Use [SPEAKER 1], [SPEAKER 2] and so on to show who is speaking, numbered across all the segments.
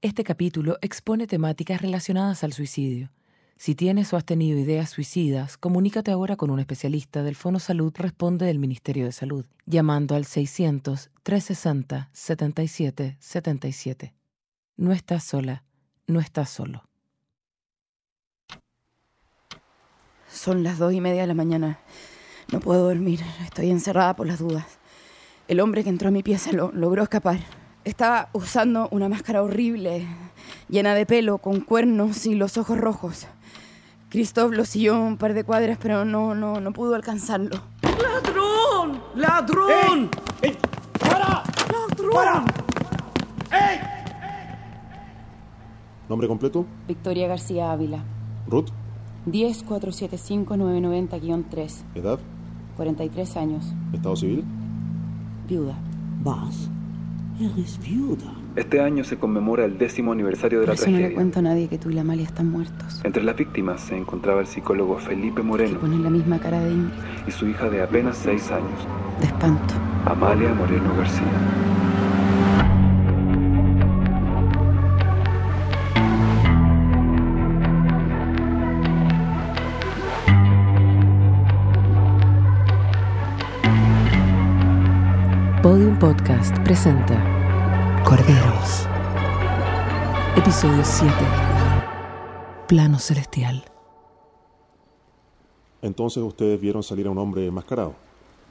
[SPEAKER 1] Este capítulo expone temáticas relacionadas al suicidio. Si tienes o has tenido ideas suicidas, comunícate ahora con un especialista del Fono Salud Responde del Ministerio de Salud, llamando al 600-360-7777. No estás sola, no estás solo.
[SPEAKER 2] Son las dos y media de la mañana. No puedo dormir. Estoy encerrada por las dudas. El hombre que entró a mi pieza lo- logró escapar. Estaba usando una máscara horrible, llena de pelo, con cuernos y los ojos rojos. Christoph lo siguió un par de cuadras, pero no, no, no pudo alcanzarlo.
[SPEAKER 3] ¡Ladrón! ¡Ladrón!
[SPEAKER 4] ¡Para!
[SPEAKER 3] ¡Ladrón!
[SPEAKER 5] ¿Nombre completo?
[SPEAKER 2] Victoria García Ávila,
[SPEAKER 5] Ruth,
[SPEAKER 2] 10475-990-3,
[SPEAKER 5] edad,
[SPEAKER 2] 43 años,
[SPEAKER 5] estado civil.
[SPEAKER 2] viuda.
[SPEAKER 6] Vas, eres viuda.
[SPEAKER 7] Este año se conmemora el décimo aniversario de la
[SPEAKER 2] Por eso no le
[SPEAKER 7] tragedia.
[SPEAKER 2] cuento a nadie que tú y la Amalia están muertos.
[SPEAKER 7] Entre las víctimas se encontraba el psicólogo Felipe
[SPEAKER 2] Que
[SPEAKER 7] Moreno
[SPEAKER 2] ponen la misma cara de Ingrid,
[SPEAKER 7] y su hija de apenas seis años,
[SPEAKER 2] de espanto.
[SPEAKER 7] Amalia Moreno García.
[SPEAKER 1] Podium Podcast presenta
[SPEAKER 6] Corderos.
[SPEAKER 1] Episodio 7. Plano Celestial.
[SPEAKER 5] Entonces ustedes vieron salir a un hombre enmascarado.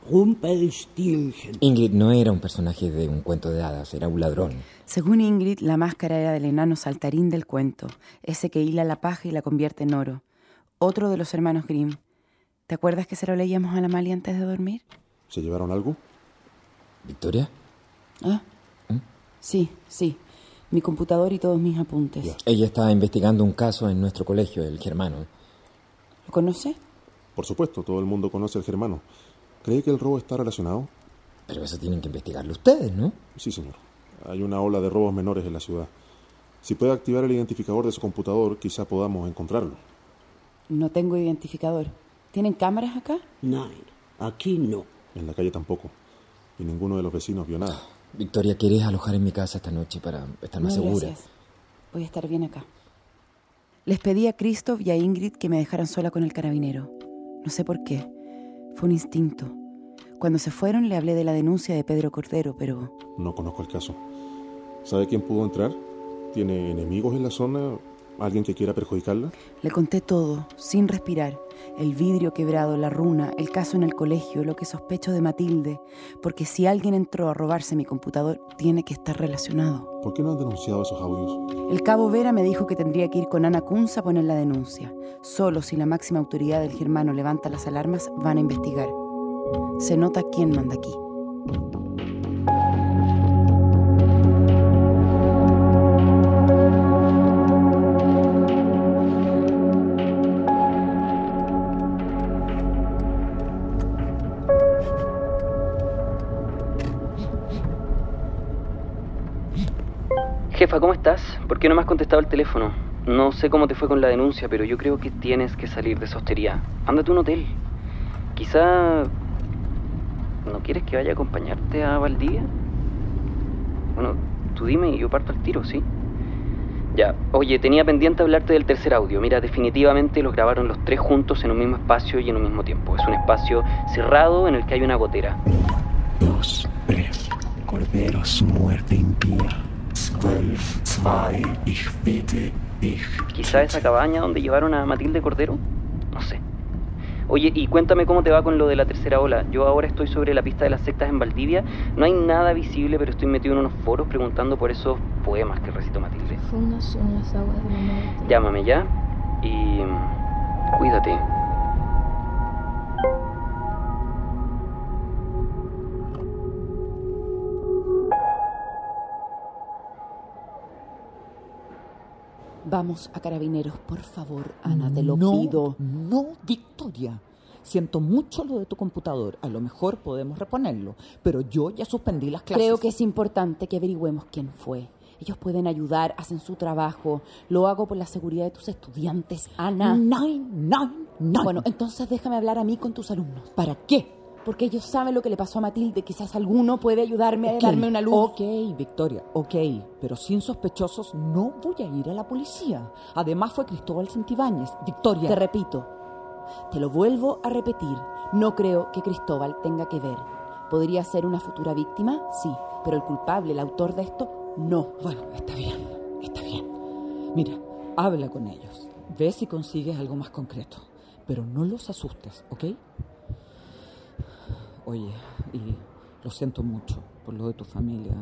[SPEAKER 6] Rumpelstiltskin.
[SPEAKER 8] Ingrid no era un personaje de un cuento de hadas, era un ladrón.
[SPEAKER 2] Según Ingrid, la máscara era del enano saltarín del cuento, ese que hila la paja y la convierte en oro. Otro de los hermanos Grimm. ¿Te acuerdas que se lo leíamos a la Mali antes de dormir?
[SPEAKER 5] ¿Se llevaron algo?
[SPEAKER 8] ¿Victoria?
[SPEAKER 2] ¿Ah? Sí, sí. Mi computador y todos mis apuntes.
[SPEAKER 5] Ya.
[SPEAKER 8] Ella estaba investigando un caso en nuestro colegio, el germano.
[SPEAKER 2] ¿Lo conoce?
[SPEAKER 5] Por supuesto, todo el mundo conoce al germano. ¿Cree que el robo está relacionado?
[SPEAKER 8] Pero eso tienen que investigarlo ustedes, ¿no?
[SPEAKER 5] Sí, señor. Hay una ola de robos menores en la ciudad. Si puede activar el identificador de su computador, quizá podamos encontrarlo.
[SPEAKER 2] No tengo identificador. ¿Tienen cámaras acá?
[SPEAKER 6] Nine. Aquí no.
[SPEAKER 5] En la calle tampoco. Y ninguno de los vecinos vio nada.
[SPEAKER 8] Victoria, ¿querés alojar en mi casa esta noche para estar más
[SPEAKER 2] no,
[SPEAKER 8] segura?
[SPEAKER 2] gracias. Voy a estar bien acá. Les pedí a Christoph y a Ingrid que me dejaran sola con el carabinero. No sé por qué. Fue un instinto. Cuando se fueron le hablé de la denuncia de Pedro Cordero, pero
[SPEAKER 5] No conozco el caso. ¿Sabe quién pudo entrar? ¿Tiene enemigos en la zona? ¿Alguien que quiera perjudicarla?
[SPEAKER 2] le conté todo, sin respirar. El vidrio quebrado, la runa, el caso en el colegio, lo que sospecho de Matilde. Porque si alguien entró a robarse mi computador, tiene que estar relacionado.
[SPEAKER 5] ¿Por qué no han denunciado esos audios?
[SPEAKER 2] El cabo Vera me dijo que tendría que ir con Ana Kunz a poner la denuncia. Solo si la máxima autoridad del germano levanta las alarmas, van a investigar. Se nota quién manda aquí.
[SPEAKER 9] Jefa, ¿cómo estás? ¿Por qué no me has contestado el teléfono? No sé cómo te fue con la denuncia, pero yo creo que tienes que salir de esa hostería. Ándate a un hotel. Quizá... ¿No quieres que vaya a acompañarte a Valdivia? Bueno, tú dime y yo parto al tiro, ¿sí? Ya, oye, tenía pendiente hablarte del tercer audio. Mira, definitivamente los grabaron los tres juntos en un mismo espacio y en un mismo tiempo. Es un espacio cerrado en el que hay una gotera.
[SPEAKER 6] Dos, tres. Corderos, muerte impía. Zwölf, zwei, ich bitte, ich.
[SPEAKER 9] Quizá esa cabaña donde llevaron a Matilde Cordero. No sé. Oye, y cuéntame cómo te va con lo de la tercera ola. Yo ahora estoy sobre la pista de las sectas en Valdivia. No hay nada visible, pero estoy metido en unos foros preguntando por esos poemas que recitó Matilde.
[SPEAKER 10] Profundas son las aguas de la muerte.
[SPEAKER 9] Llámame ya y mm, cuídate.
[SPEAKER 2] Vamos a carabineros, por favor, Ana, te lo
[SPEAKER 11] no,
[SPEAKER 2] pido.
[SPEAKER 11] No, Victoria. Siento mucho lo de tu computador. A lo mejor podemos reponerlo. Pero yo ya suspendí las clases.
[SPEAKER 2] Creo que es importante que averigüemos quién fue. Ellos pueden ayudar, hacen su trabajo. Lo hago por la seguridad de tus estudiantes, Ana.
[SPEAKER 11] Nine, nine, nine.
[SPEAKER 2] Bueno, entonces déjame hablar a mí con tus alumnos.
[SPEAKER 11] ¿para qué?
[SPEAKER 2] Porque ellos saben lo que le pasó a Matilde. Quizás alguno puede ayudarme
[SPEAKER 11] Ok,
[SPEAKER 2] a eh, darme una luz.
[SPEAKER 11] Ok, Victoria, ok, pero sin sospechosos no voy a ir a la policía. Además fue Cristóbal Santibáñez. Victoria.
[SPEAKER 2] Te repito, te lo vuelvo a repetir. No creo que Cristóbal tenga que ver. ¿Podría ser una futura víctima? Sí, pero el culpable, el autor de esto, no.
[SPEAKER 11] Bueno, está bien, está bien. Mira, habla con ellos. Ve si consigues algo más concreto. Pero no los asustes, ¿ok? Oye, y lo siento mucho por lo de tu familia.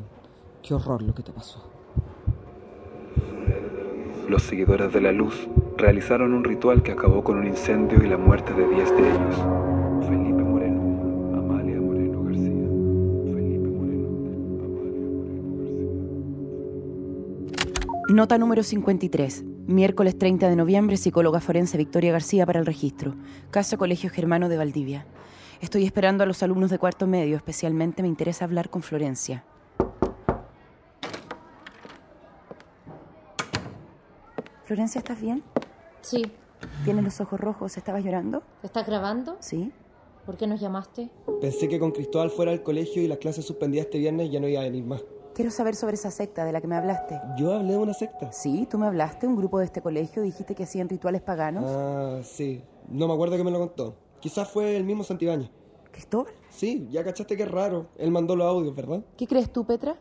[SPEAKER 11] Qué horror lo que te pasó.
[SPEAKER 7] Los seguidores de la luz realizaron un ritual que acabó con un incendio y la muerte de 10 de ellos. Felipe Moreno, Amalia Moreno García.
[SPEAKER 2] Nota número 53. Miércoles 30 de noviembre, psicóloga forense Victoria García para el registro. Caso Colegio Germano de Valdivia. Estoy esperando a los alumnos de cuarto medio, especialmente me interesa hablar con Florencia. Florencia, ¿estás bien?
[SPEAKER 10] Sí.
[SPEAKER 2] ¿Tienes los ojos rojos? ¿Estabas llorando?
[SPEAKER 10] ¿Estás grabando?
[SPEAKER 2] Sí.
[SPEAKER 10] ¿Por qué nos llamaste?
[SPEAKER 12] Pensé que con Cristóbal fuera al colegio y las clases suspendidas este viernes ya no iba a venir más.
[SPEAKER 2] Quiero saber sobre esa secta de la que me hablaste.
[SPEAKER 12] Yo hablé de una secta.
[SPEAKER 2] Sí, tú me hablaste, un grupo de este colegio, dijiste que hacían rituales paganos.
[SPEAKER 12] Ah, sí. No me acuerdo que me lo contó. Quizás fue el mismo Santibáñez.
[SPEAKER 2] ¿Cristóbal?
[SPEAKER 12] Sí, ya cachaste que es raro. Él mandó los audios, ¿verdad?
[SPEAKER 2] ¿Qué crees tú, Petra?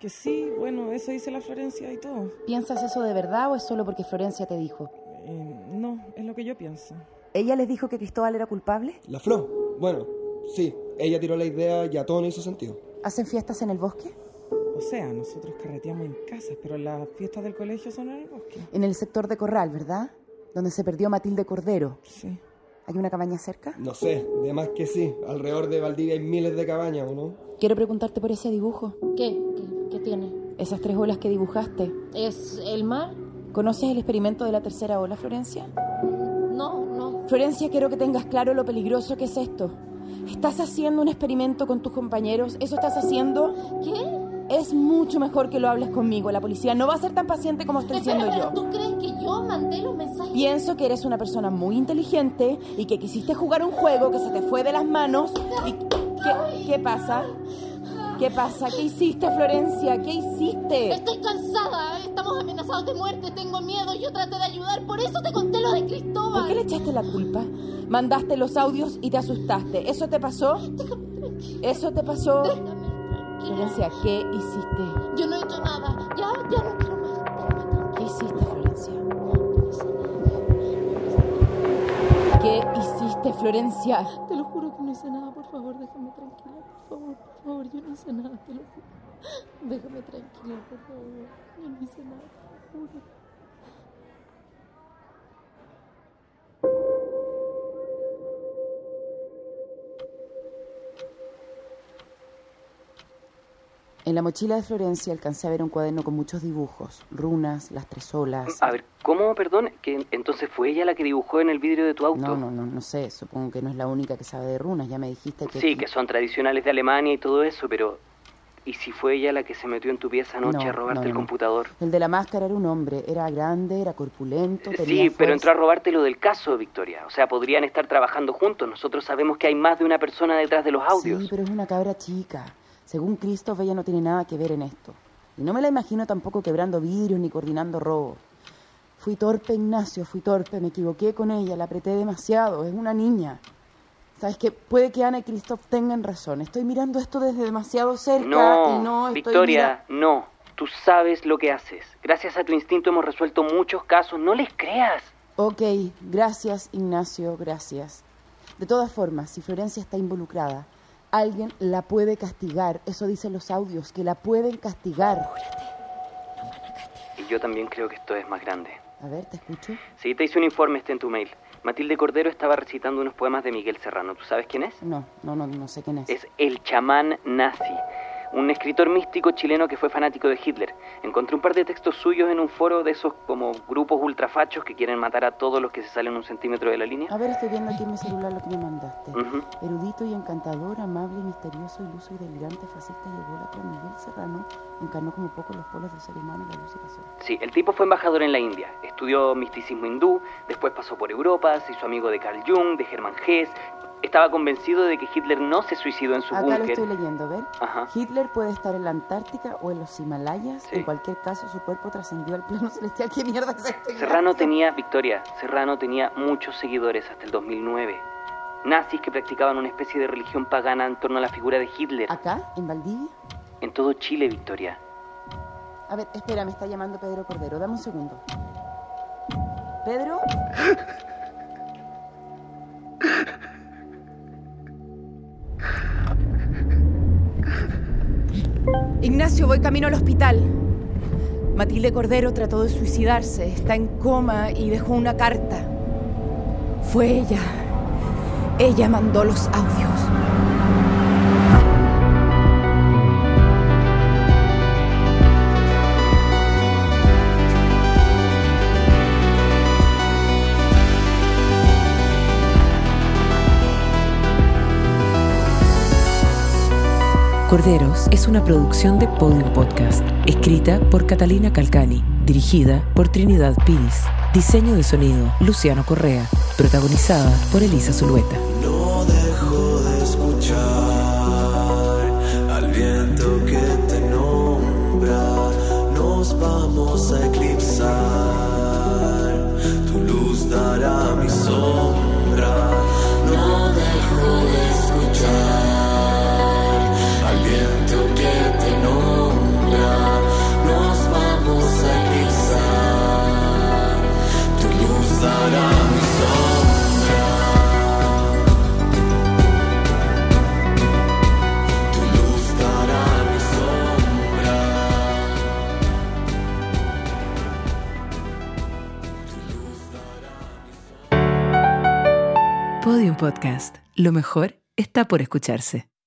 [SPEAKER 3] Que sí, bueno, eso dice la Florencia y todo.
[SPEAKER 2] ¿Piensas eso de verdad o es solo porque Florencia te dijo?
[SPEAKER 3] Eh, no, es lo que yo pienso.
[SPEAKER 2] ¿Ella les dijo que Cristóbal era culpable?
[SPEAKER 12] La Flo. Bueno, sí. Ella tiró la idea y a todo no hizo sentido.
[SPEAKER 2] ¿Hacen fiestas en el bosque?
[SPEAKER 3] O sea, nosotros carreteamos en casa, pero las fiestas del colegio son en el bosque.
[SPEAKER 2] En el sector de Corral, ¿verdad? Donde se perdió Matilde Cordero.
[SPEAKER 3] Sí.
[SPEAKER 2] ¿Hay una cabaña cerca?
[SPEAKER 12] No sé, de más que sí. Alrededor de Valdivia hay miles de cabañas, ¿o no?
[SPEAKER 2] Quiero preguntarte por ese dibujo.
[SPEAKER 10] ¿Qué? ¿Qué, qué tiene?
[SPEAKER 2] Esas tres olas que dibujaste.
[SPEAKER 10] ¿Es el mar?
[SPEAKER 2] ¿Conoces el experimento de la tercera ola, Florencia?
[SPEAKER 10] No, no.
[SPEAKER 2] Florencia, quiero que tengas claro lo peligroso que es esto. Estás haciendo un experimento con tus compañeros. Eso estás haciendo.
[SPEAKER 10] ¿Qué?
[SPEAKER 2] Es mucho mejor que lo hables conmigo. La policía no va a ser tan paciente como estoy
[SPEAKER 10] Espera,
[SPEAKER 2] siendo
[SPEAKER 10] pero
[SPEAKER 2] yo.
[SPEAKER 10] ¿Tú crees que yo mandé los mensajes?
[SPEAKER 2] Pienso que eres una persona muy inteligente y que quisiste jugar un juego que se te fue de las manos. Y- ¿qué, qué pasa? ¿Qué pasa? ¿Qué hiciste, Florencia? ¿Qué hiciste?
[SPEAKER 10] Estoy cansada, estamos amenazados de muerte, tengo miedo, yo traté de ayudar, por eso te conté lo de Cristóbal.
[SPEAKER 2] ¿Por qué le echaste la culpa? Mandaste los audios y te asustaste. ¿Eso te pasó? ¿Eso te pasó? Florencia, ¿qué hiciste?
[SPEAKER 10] Yo no he hecho nada, ya, ya no quiero más.
[SPEAKER 2] ¿Qué hiciste, Florencia? ¿Qué hiciste, Florencia?
[SPEAKER 10] Te lo juro que no hice nada, por favor, déjame tranquila, por favor, por favor, yo no hice nada, te lo juro. Déjame tranquila, por favor, yo no hice nada, te lo juro.
[SPEAKER 2] En la mochila de Florencia alcancé a ver un cuaderno con muchos dibujos, runas, las tres olas.
[SPEAKER 9] A ver, ¿cómo, perdón? ¿Que entonces fue ella la que dibujó en el vidrio de tu auto?
[SPEAKER 2] No, no, no, no sé, supongo que no es la única que sabe de runas, ya me dijiste que...
[SPEAKER 9] Sí, que son tradicionales de Alemania y todo eso, pero... ¿Y si fue ella la que se metió en tu pieza anoche
[SPEAKER 2] No,
[SPEAKER 9] a robarte
[SPEAKER 2] no,
[SPEAKER 9] el
[SPEAKER 2] no.
[SPEAKER 9] computador?
[SPEAKER 2] El de la máscara era un hombre, era grande, era corpulento, tenía
[SPEAKER 9] Sí, pero
[SPEAKER 2] fuerza.
[SPEAKER 9] entró a robarte lo del caso, Victoria. O sea, podrían estar trabajando juntos. Nosotros sabemos que hay más de una persona detrás de los audios.
[SPEAKER 2] Sí, pero es una cabra chica. Según Christoph, ella no tiene nada que ver en esto. Y no me la imagino tampoco quebrando vidrios ni coordinando robos. Fui torpe, Ignacio, fui torpe. Me equivoqué con ella, la apreté demasiado. Es una niña. ¿Sabes qué? Puede que Ana y Christoph tengan razón. Estoy mirando esto desde demasiado cerca
[SPEAKER 9] No,
[SPEAKER 2] y no estoy
[SPEAKER 9] Victoria, no. Tú sabes lo que haces. Gracias a tu instinto hemos resuelto muchos casos. No les creas.
[SPEAKER 2] Ok, gracias Ignacio, gracias. De todas formas, si Florencia está involucrada, alguien la puede castigar. Eso dicen los audios, que la pueden castigar.
[SPEAKER 9] Y yo también creo que esto es más grande.
[SPEAKER 2] A ver, te escucho.
[SPEAKER 9] Sí, te hice un informe, este en tu mail. Matilde Cordero estaba recitando unos poemas de Miguel Serrano. ¿Tú sabes quién es?
[SPEAKER 2] No, no, no, no sé quién es.
[SPEAKER 9] Es el chamán nazi, un escritor místico chileno que fue fanático de Hitler. Encontré un par de textos suyos en un foro de esos como grupos ultrafachos que quieren matar a todos los que se salen un centímetro de la línea.
[SPEAKER 2] A ver, estoy viendo aquí en mi celular lo que me mandaste.
[SPEAKER 9] Ujú.
[SPEAKER 2] Erudito y encantador, amable y misterioso, iluso y delirante, fascista y ególatra, Miguel Serrano encarnó como poco los polos del ser humano, la luz y la sombra.
[SPEAKER 9] Sí, el tipo fue embajador en la India, estudió misticismo hindú, después pasó por Europa, se hizo amigo de Carl Jung, de Hermann Hesse, Estaba convencido de que Hitler no se suicidó en su
[SPEAKER 2] Acá lo
[SPEAKER 9] búnker.
[SPEAKER 2] estoy leyendo, ¿ver?
[SPEAKER 9] Ajá.
[SPEAKER 2] Hitler puede estar en la Antártica o en los Himalayas. En cualquier caso, su cuerpo trascendió al plano celestial. ¿Qué mierda es esto?
[SPEAKER 9] Serrano tenía, Victoria, Serrano tenía muchos seguidores hasta el 2009. Nazis que practicaban una especie de religión pagana en torno a la figura de Hitler.
[SPEAKER 2] ¿Acá? ¿En Valdivia?
[SPEAKER 9] En todo Chile, Victoria.
[SPEAKER 2] A ver, espera, me está llamando Pedro Cordero. Dame un segundo. ¿Pedro?
[SPEAKER 13] Ignacio, voy camino al hospital. Matilde Cordero trató de suicidarse, está en coma y dejó una carta. Fue ella. Ella mandó los audios.
[SPEAKER 1] Corderos es una producción de Podium Podcast, escrita por Catalina Calcani, dirigida por Trinidad Piris, diseño de sonido Luciano Correa, protagonizada por Elisa Zulueta.
[SPEAKER 14] No dejo de escuchar al viento que te nombra. Nos vamos a eclipsar. Tu luz dará mi sombra. No dejo de escuchar al viento que te nombra. Nos vamos a eclipsar. Tu luz dará mi sombra. estará mi sombra.
[SPEAKER 1] Podium Podcast, lo mejor está por escucharse.